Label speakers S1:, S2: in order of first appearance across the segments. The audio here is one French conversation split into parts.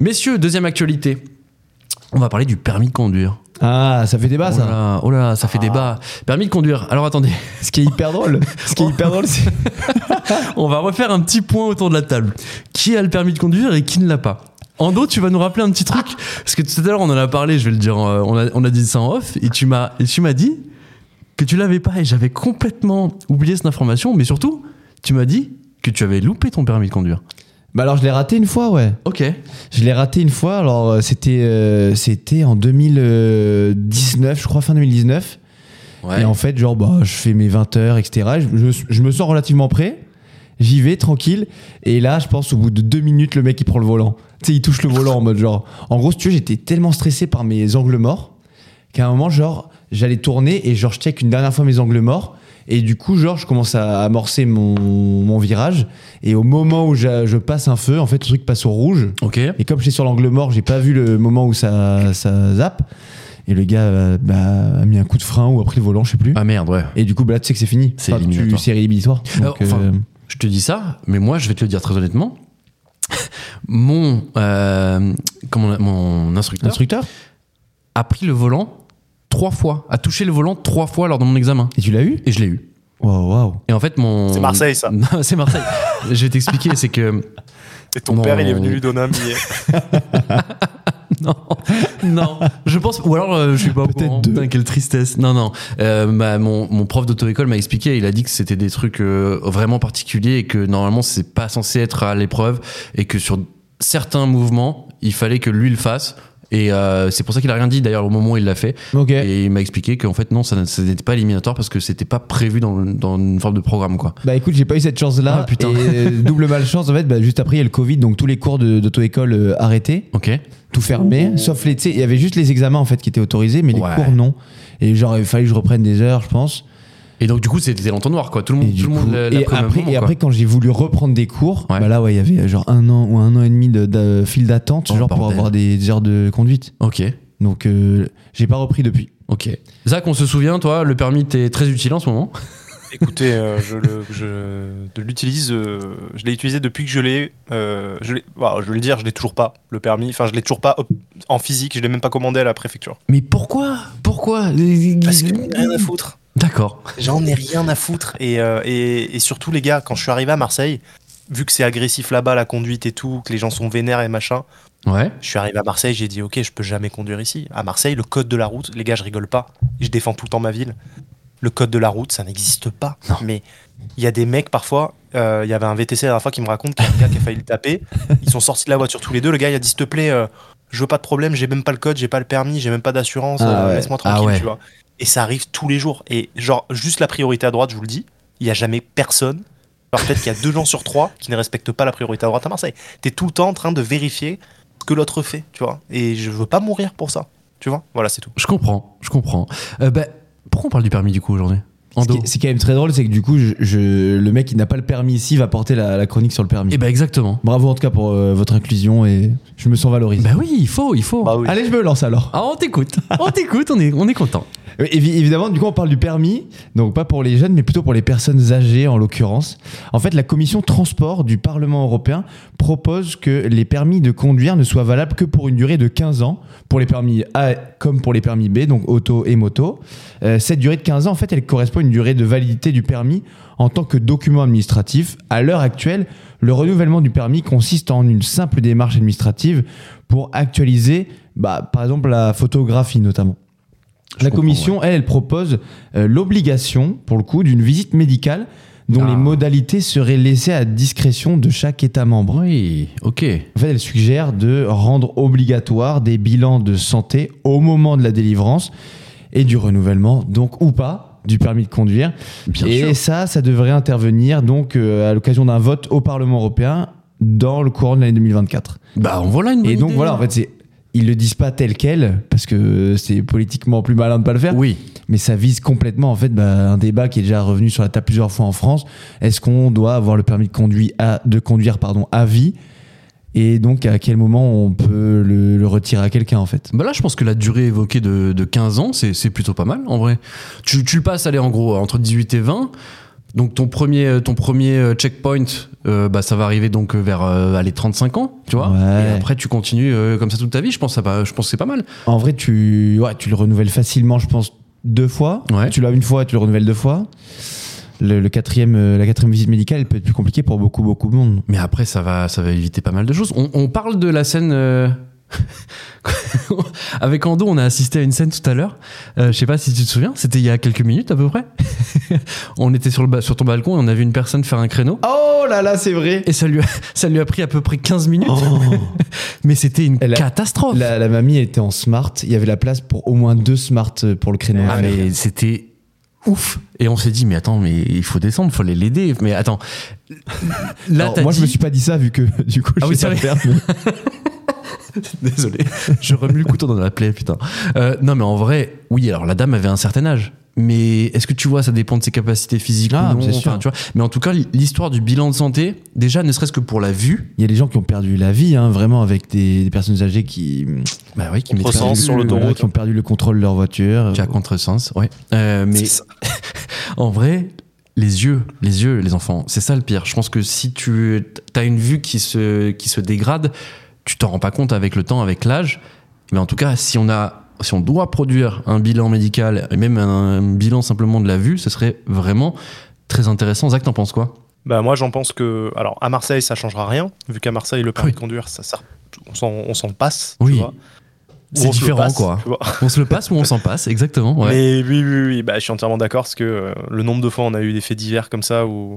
S1: Messieurs, deuxième actualité. On va parler du permis de conduire.
S2: Ah, ça Ah. fait débat,
S1: oh,
S2: ça.
S1: là, oh là là, ça fait débat. Permis de conduire. Alors attendez,
S2: Ce qui est hyper drôle. Ce qui est hyper drôle, c'est.
S1: on va refaire un petit point autour de la table. Qui a le permis de conduire et qui ne l'a pas Ando, tu vas nous rappeler un petit truc parce que tout à l'heure on en a parlé. Je vais le dire, euh, on a, on a dit ça en off et tu m'as et tu m'as dit que tu l'avais pas et j'avais complètement oublié cette information. Mais surtout, tu m'as dit que tu avais loupé ton permis de conduire.
S2: Bah alors, je l'ai raté une fois, ouais.
S1: Ok.
S2: Je l'ai raté une fois. Alors, euh, c'était euh, c'était en 2019, je crois, fin 2019. Et en fait, genre, bah, je fais mes 20 heures, etc. Je, je- je me sens relativement prêt. J'y vais tranquille. Et là, je pense, au bout de deux minutes, le mec, il prend le volant. Tu sais, il touche le volant en mode genre. En gros, si tu veux, j'étais tellement stressé par mes angles morts qu'à un moment, genre, j'allais tourner et genre, je check une dernière fois mes angles morts. Et du coup, genre, je commence à amorcer mon, mon virage. Et au moment où j'a- je passe un feu, en fait, le truc passe au rouge.
S1: Ok.
S2: Et comme j'étais sur l'angle mort, j'ai pas vu le moment où ça, ça zappe. Et le gars euh, bah, a mis un coup de frein ou a pris le volant, je sais plus.
S1: Ah merde, ouais.
S2: Et du coup, bah, là, tu sais que c'est fini.
S1: C'est
S2: tu-
S1: éliminatoire.
S2: C'est rédhibitoire.
S1: Alors,
S2: Donc, euh,
S1: enfin, Je te dis ça, mais moi, je vais te le dire très honnêtement. Mon, euh, comment on a- mon instructeur
S2: instructeur
S1: a pris le volant trois fois, a touché le volant trois fois lors de mon examen.
S2: Et tu l'as eu
S1: Et je l'ai eu.
S2: Waouh, waouh.
S1: Et en fait, mon.
S3: C'est Marseille, ça.
S1: Non, c'est Marseille. je vais t'expliquer, c'est que.
S3: Et ton
S1: Non.
S3: père, il est venu lui donner un billet.
S1: Non, non. Je pense. Ou alors, euh, je suis pas au
S2: Peut-être
S1: courant.
S2: deux.
S1: Putain, quelle tristesse. Non, non. Euh, bah, mon, mon prof d'auto-école m'a expliqué. Il a dit que c'était des trucs euh, vraiment particuliers et que normalement, c'est pas censé être à l'épreuve et que sur certains mouvements, il fallait que lui le fasse. Et euh, c'est pour ça qu'il a rien dit d'ailleurs au moment où il l'a fait.
S2: Ok.
S1: Et il m'a expliqué qu'en fait, non, ça, n- ça n'était pas éliminatoire parce que c'était pas prévu dans, dans une forme de programme, quoi.
S2: Bah écoute, j'ai pas eu cette chance-là.
S1: Ah, putain.
S2: Et euh, double malchance, en fait, bah, juste après, il y a le Covid, donc tous les cours de- d'auto-école euh, arrêtés,
S1: Ok.
S2: tout fermé. Sauf les. Tu sais, il y avait juste les examens, en fait, qui étaient autorisés, mais
S1: Ouais.
S2: les cours, non. Et genre, il fallait que je reprenne des heures, je pense.
S1: Et donc, du coup, c'était l'entonnoir, quoi. Tout le
S2: Et,
S1: monde,
S2: du
S1: tout le
S2: coup-
S1: monde l'a- l'a
S2: et
S1: pris au même
S2: après,
S1: moment,
S2: et
S1: quoi.
S2: après, quand j'ai voulu reprendre des cours,
S1: Ouais.
S2: bah là, ouais, il y avait genre un an ou un an et demi de, de file d'attente,
S1: Oh,
S2: genre pour
S1: bordel.
S2: avoir des, des heures de conduite.
S1: Ok.
S2: Donc, euh, j'ai pas repris depuis.
S1: Ok. Zach, on se souvient, toi, le permis, t'es très utile en ce moment.
S3: Écoutez, euh, je le- je de- l'utilise, euh, je l'ai utilisé depuis que je l'ai. euh, je, l'ai- voilà, je vais le dire, je l'ai toujours pas, le permis. Enfin, je l'ai toujours pas op- en physique, je l'ai même pas commandé à la préfecture.
S1: Mais pourquoi Pourquoi
S3: Parce que euh, rien à foutre.
S1: D'accord.
S3: J'en ai rien à foutre. Et, euh, et, et surtout, les gars, quand je suis arrivé à Marseille, vu que c'est agressif là-bas, la conduite et tout, que les gens sont vénères et machin,
S1: Ouais.
S3: je suis arrivé à Marseille, j'ai dit, ok, je peux jamais conduire ici. À Marseille, le code de la route, les gars, je rigole pas. Je défends tout le temps ma ville. Le code de la route, ça n'existe pas.
S1: Non.
S3: Mais il y a des mecs parfois, euh, il y avait un VTC la dernière fois qui me raconte qu'il y a un gars qui a failli le taper. Ils sont sortis de la voiture tous les deux. Le gars, il a dit, s'il te plaît, euh, je veux pas de problème, j'ai même pas le code, j'ai pas le permis, j'ai même pas d'assurance,
S2: Ah
S3: euh,
S2: ouais.
S3: laisse-moi
S1: Ah
S3: tranquille,
S1: ouais.
S3: tu vois. Et ça arrive tous les jours. Et genre, juste la priorité à droite, je vous le dis, il y a jamais personne. Alors peut-être qu'il y a deux gens sur trois qui ne respectent pas la priorité à droite à Marseille. T'es tout le temps en train de vérifier ce que l'autre fait, tu vois. Et je veux pas mourir pour ça, tu vois. Voilà, c'est tout.
S1: Je comprends. Je comprends. Euh, bah, pourquoi on parle du permis du coup aujourd'hui
S2: Ce
S1: Ando.
S2: qui est- C'est quand même très drôle, c'est que du coup, je, je- le mec qui n'a pas le permis ici va porter la, la chronique sur le permis.
S1: Eh ben exactement.
S2: Bravo en tout cas pour euh, votre inclusion et je me sens valorisé.
S1: Bah oui, il faut, il faut.
S3: Bah oui.
S2: Allez, je me lance alors.
S1: Ah, on t'écoute. on t'écoute. On est, on est content.
S2: Oui, évi- évidemment, du coup, on parle du permis, donc pas pour les jeunes, mais plutôt pour les personnes âgées en l'occurrence. En fait, la commission transport du Parlement européen propose que les permis de conduire ne soient valables que pour une durée de 15 ans, pour les permis A comme pour les permis B, donc auto et moto. Euh, cette durée de 15 ans, en fait, elle correspond à une durée de validité du permis en tant que document administratif. À l'heure actuelle, le renouvellement du permis consiste en une simple démarche administrative pour actualiser, bah, par exemple, la photographie notamment.
S1: Je
S2: La
S1: comprends,
S2: commission, elle, elle propose euh, l'obligation, pour le coup, d'une visite médicale dont
S1: Ah.
S2: les modalités seraient laissées à discrétion de chaque État membre.
S1: Oui. Ok.
S2: En fait, elle suggère de rendre obligatoire des bilans de santé au moment de la délivrance et du renouvellement, donc ou pas, du permis de conduire.
S1: Bien
S2: et
S1: sûr.
S2: ça, ça devrait intervenir donc euh, à l'occasion d'un vote au Parlement européen dans le courant de l'année 2024.
S1: Bah on voilà une. Bonne
S2: Et donc
S1: idée.
S2: voilà, en fait, c'est ils le disent pas tel quel parce que c'est politiquement plus malin de pas le faire
S1: Oui.
S2: mais ça vise complètement en fait bah, un débat qui est déjà revenu sur la table plusieurs fois en France. Est-ce qu'on doit avoir le permis de conduire à, de conduire pardon à vie et donc à quel moment on peut le, le retirer à quelqu'un en fait
S1: Bah là, je pense que la durée évoquée de, de 15 ans, c'est c'est plutôt pas mal en vrai. Tu, tu le passes, allez, en gros, entre 18 et 20. Donc ton premier, euh, ton premier checkpoint, euh, bah, ça va arriver donc vers euh, allez, 35 ans, tu vois.
S2: Ouais.
S1: Et après tu continues euh, comme ça toute ta vie, je pense, que ça, va- je pense que c'est pas mal.
S2: En vrai, tu, ouais, tu le renouvelles facilement, je pense, deux fois.
S1: Ouais.
S2: Tu l'as une fois, tu le renouvelles deux fois. Le, le quatrième, euh, la quatrième visite médicale, elle peut être plus compliquée pour beaucoup, beaucoup de monde.
S1: Mais après ça va, ça va éviter pas mal de choses. On, on parle de la scène... euh, Avec Ando, on a assisté à une scène tout à l'heure. Euh, je sais pas si tu te souviens, c'était il y a quelques minutes à peu près. on était sur, le ba- sur ton balcon et on a vu une personne faire un créneau.
S2: Oh là là, c'est vrai. Oh.
S1: Et ça lui, a, ça lui a pris à peu près 15 minutes. Mais c'était une
S2: Elle a-
S1: catastrophe.
S2: La, la mamie elle était en smart. Il y avait la place pour au moins deux smart euh, pour le créneau.
S1: Ah, mais c'était ouf. Et on s'est dit, mais attends, mais il faut descendre, faut aller l'aider. Mais attends, là,
S2: Alors,
S1: t'as
S2: moi, je
S1: dit-
S2: me suis pas dit ça vu que du coup,
S1: Ah
S2: je
S1: oui,
S2: sais pas
S1: c'est
S2: faire. mais-
S1: Désolé, je remue le couteau dans la plaie, putain. Euh, non, mais en vrai, oui, alors la dame avait un certain âge. Mais est-ce que tu vois, ça dépend de ses capacités physiques
S2: Ah,
S1: ou non,
S2: c'est sûr.
S1: enfin, tu vois. Mais en tout cas, l'histoire du bilan de santé, déjà, ne serait-ce que pour la vue,
S2: Il y a des gens qui ont perdu la vie, hein, vraiment, avec des, des personnes âgées qui,
S1: bah oui, qui
S3: Contre
S1: maîtrisent
S3: sens
S1: plus
S3: sur
S1: le-
S3: l'autoroute.
S2: voilà, qui ont perdu le contrôle de leur voiture.
S1: Tu as contresens, ouais. Euh, mais
S3: C'est ça.
S1: En vrai, les yeux, les yeux, les enfants, c'est ça le pire. Je pense que si tu as une vue qui se, qui se dégrade, tu t'en rends pas compte avec le temps, avec l'âge. Mais en tout cas, si on a, si on doit produire un bilan médical et même un, bilan simplement de la vue, ce serait vraiment très intéressant. Zach, t'en penses quoi
S3: Bah moi j'en pense que alors à Marseille ça changera rien vu qu'à Marseille le permis
S1: Oui.
S3: de conduire ça sert on s'en on s'en passe
S1: Oui.
S3: tu vois. Ou
S1: C'est
S3: on se le
S1: différent,
S3: passe,
S1: quoi.
S3: tu vois.
S1: On se le passe ou on s'en passe Exactement. Ouais.
S3: Mais oui oui oui bah je suis entièrement d'accord parce que euh, le nombre de fois on a eu des faits divers comme ça où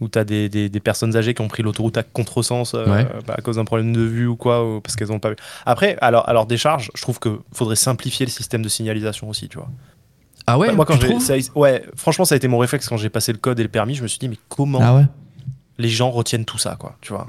S3: où t'as des, des, des personnes âgées qui ont pris l'autoroute à contresens euh,
S1: Ouais.
S3: bah, à cause d'un problème de vue ou quoi ou parce qu'elles ont pas vu. Après alors alors des charges je trouve que faudrait simplifier le système de signalisation aussi tu vois.
S1: ah ouais
S3: Bah, moi quand
S1: tu
S3: j'ai
S1: trouves
S3: ça a- ouais franchement ça a été mon réflexe quand j'ai passé le code et le permis je me suis dit mais comment
S2: Ah ouais.
S3: les gens retiennent tout ça quoi tu vois.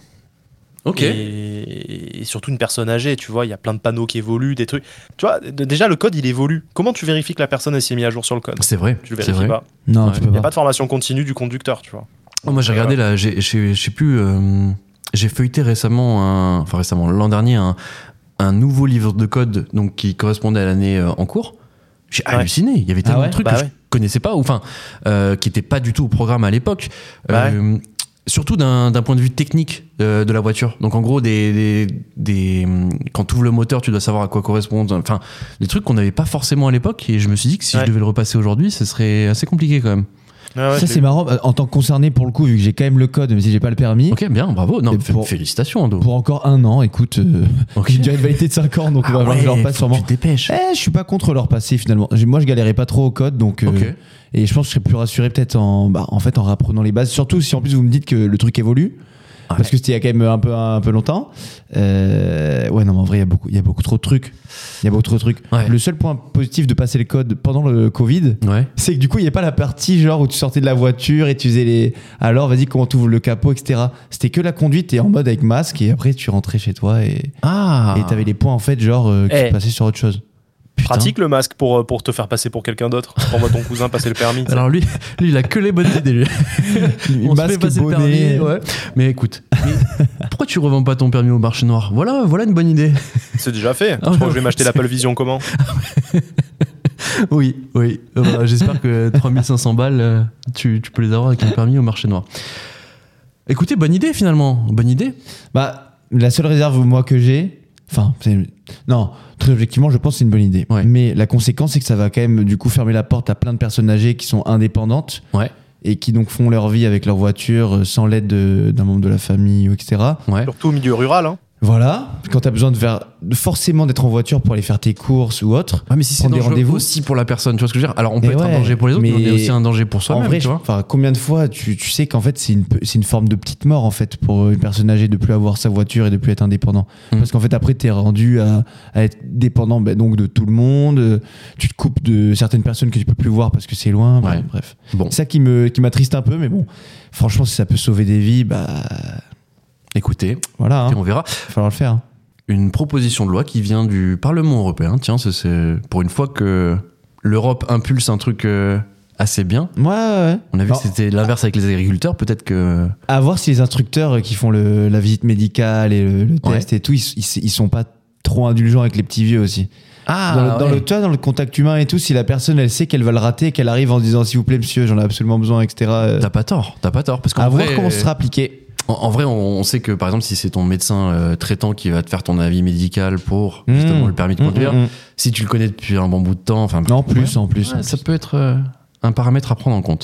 S1: Ok.
S3: Et, et surtout une personne âgée, tu vois, il y a plein de panneaux qui évoluent, des trucs. Tu vois, d- déjà le code il évolue. Comment tu vérifies que la personne elle s'est mise à jour sur le code
S1: C'est vrai.
S3: Tu le
S1: c'est
S3: vérifies
S1: vrai.
S3: pas.
S2: Non,
S1: Ouais.
S2: tu peux
S3: Il n'y
S2: pas.
S3: a pas de formation continue du conducteur, tu vois.
S1: Oh, moi j'ai regardé là, j'ai- j'ai- je sais plus, euh, j'ai feuilleté récemment, un, enfin récemment l'an dernier, un, un nouveau livre de code donc qui correspondait à l'année euh, en cours. J'ai
S3: Ouais.
S1: halluciné, il y avait
S2: Ah
S1: tellement
S2: ouais
S1: de trucs
S3: Bah
S1: que
S3: ouais.
S1: je connaissais pas, ou enfin euh, qui n'étaient pas du tout au programme à l'époque.
S3: Bah
S1: Euh, Surtout d'un d'un point de vue technique euh, de la voiture. Donc en gros, des, des, des, hum, quand tu ouvres le moteur, tu dois savoir à quoi correspondent. Enfin, des trucs qu'on n'avait pas forcément à l'époque. Et je me suis dit que si
S3: Ouais.
S1: je devais le repasser aujourd'hui, ce serait assez compliqué quand même.
S3: Ah ouais,
S2: ça
S3: je
S2: c'est
S3: l'ai-
S2: marrant. En tant que concerné pour le coup, vu que j'ai quand même le code, même si j'ai pas le permis,
S1: Ok, bien, bravo. Non,
S2: Et
S1: fé-
S2: pour-
S1: félicitations, Ando.
S2: pour encore un an, écoute, euh,
S1: Ok. Ah
S2: j'ai déjà une validité de 5 ans, donc on va voir que je leur passe
S1: faut que
S2: sûrement.
S1: Tu te dépêches.
S2: Eh, je suis pas contre leur passer finalement. J'ai- Moi, je galérais pas trop au code, donc euh,
S1: Ok.
S2: et je pense que je serais plus rassuré peut-être en, bah, en fait, en rapprenant les bases. Surtout si en plus vous me dites que le truc évolue, parce que c'était il y a quand même un peu un peu longtemps. Euh, ouais, non, mais en vrai, il y a beaucoup, il y a beaucoup trop de trucs. Il y a beaucoup trop de trucs.
S1: Ouais.
S2: Le seul point positif de passer le code pendant le Covid,
S1: Ouais.
S2: c'est que du coup, il n'y a pas la partie genre où tu sortais de la voiture et tu faisais les. Alors, vas-y, comment tu ouvres le capot, etc. C'était que la conduite et en mode avec masque et après tu rentrais chez toi et
S1: Ah.
S2: et t'avais les points en fait, genre euh, qui
S3: Eh.
S2: se passaient sur autre chose.
S1: Putain.
S3: Pratique le masque pour, euh, pour te faire passer pour quelqu'un d'autre. Envoie ton cousin passer le permis. tu sais.
S1: Alors lui, lui, il a que les bonnes idées. Lui. On se fait passer le permis, ouais. Mais écoute, mais pourquoi tu revends pas ton permis au marché noir Voilà, voilà une bonne idée.
S3: C'est déjà
S1: Ah
S3: fait. je crois
S1: ouais,
S3: que je vais m'acheter
S1: c'est-
S3: l'Apple Vision comment
S1: Oui, oui. Euh, voilà, J'espère que 3500 balles, euh, tu, tu peux les avoir avec un permis au marché noir. Écoutez, bonne idée finalement, bonne idée.
S2: Bah, la seule réserve, moi, que j'ai. Enfin, c'est- non, très objectivement, je pense que c'est une bonne idée.
S1: Ouais.
S2: Mais la conséquence, c'est que ça va quand même, du coup, fermer la porte à plein de personnes âgées qui sont indépendantes
S1: Ouais,
S2: et qui donc font leur vie avec leur voiture euh, sans l'aide de- d'un membre de la famille, ou etc.
S1: ouais.
S3: Surtout au milieu rural. Hein.
S2: Voilà. Quand t'as besoin de faire, de- forcément d'être en voiture pour aller faire tes courses ou autre.
S1: Ouais, mais si c'est
S2: Prendre des
S1: dangereux
S2: rendez-vous.
S1: aussi pour la personne, tu vois ce que je veux dire Alors on peut
S2: Mais
S1: être
S2: ouais,
S1: un danger pour les autres, mais, on
S2: mais
S1: est aussi un danger pour
S2: en
S1: soi-même,
S2: vrai,
S1: tu
S2: je-
S1: vois.
S2: enfin, combien de fois tu, tu sais qu'en fait, c'est une, pe- c'est une forme de petite mort, en fait, pour une personne âgée de plus avoir sa voiture et de plus être indépendant.
S1: Mm.
S2: Parce qu'en fait, après, t'es rendu à, à être dépendant ben, donc de tout le monde. euh, Tu te coupes de certaines personnes que tu peux plus voir parce que c'est loin. enfin,
S1: Ouais.
S2: Bref.
S1: Bon,
S2: C'est ça qui me qui m'attriste un peu, mais bon, franchement, si ça peut sauver des vies, bah
S1: écoutez,
S2: voilà, il
S1: on verra.
S2: va falloir le faire. hein.
S1: une proposition de loi qui vient du Parlement européen. Tiens, ça, c'est pour une fois que l'Europe impulse un truc euh, assez bien.
S2: Ouais, ouais, ouais.
S1: On a vu
S2: Alors,
S1: que c'était l'inverse avec les agriculteurs. Peut-être que.
S2: À voir si les instructeurs qui font le, la visite médicale et le, le
S1: Ouais.
S2: test et tout, ils, ils, ils sont pas trop indulgent avec les petits vieux aussi.
S1: Ah,
S2: dans, le, dans
S1: ouais.
S2: le- tu vois, dans le contact humain et tout, si la personne elle sait qu'elle va le rater et qu'elle arrive en disant s'il vous plaît monsieur, j'en ai absolument besoin, etc. euh,
S1: T'as pas tort, t'as pas tort. Parce qu'en
S2: à
S1: vrai,
S2: voir comment ce sera appliqué.
S1: En, en vrai, on, on sait que par exemple, si c'est ton médecin euh, traitant qui va te faire ton avis médical pour justement
S2: Mmh.
S1: le permis de
S2: Mm,
S1: conduire,
S2: mm, mm.
S1: si tu le connais depuis un bon bout de temps, enfin,
S2: En plus, en plus.
S1: ouais, ça peut être euh, un paramètre à prendre en compte.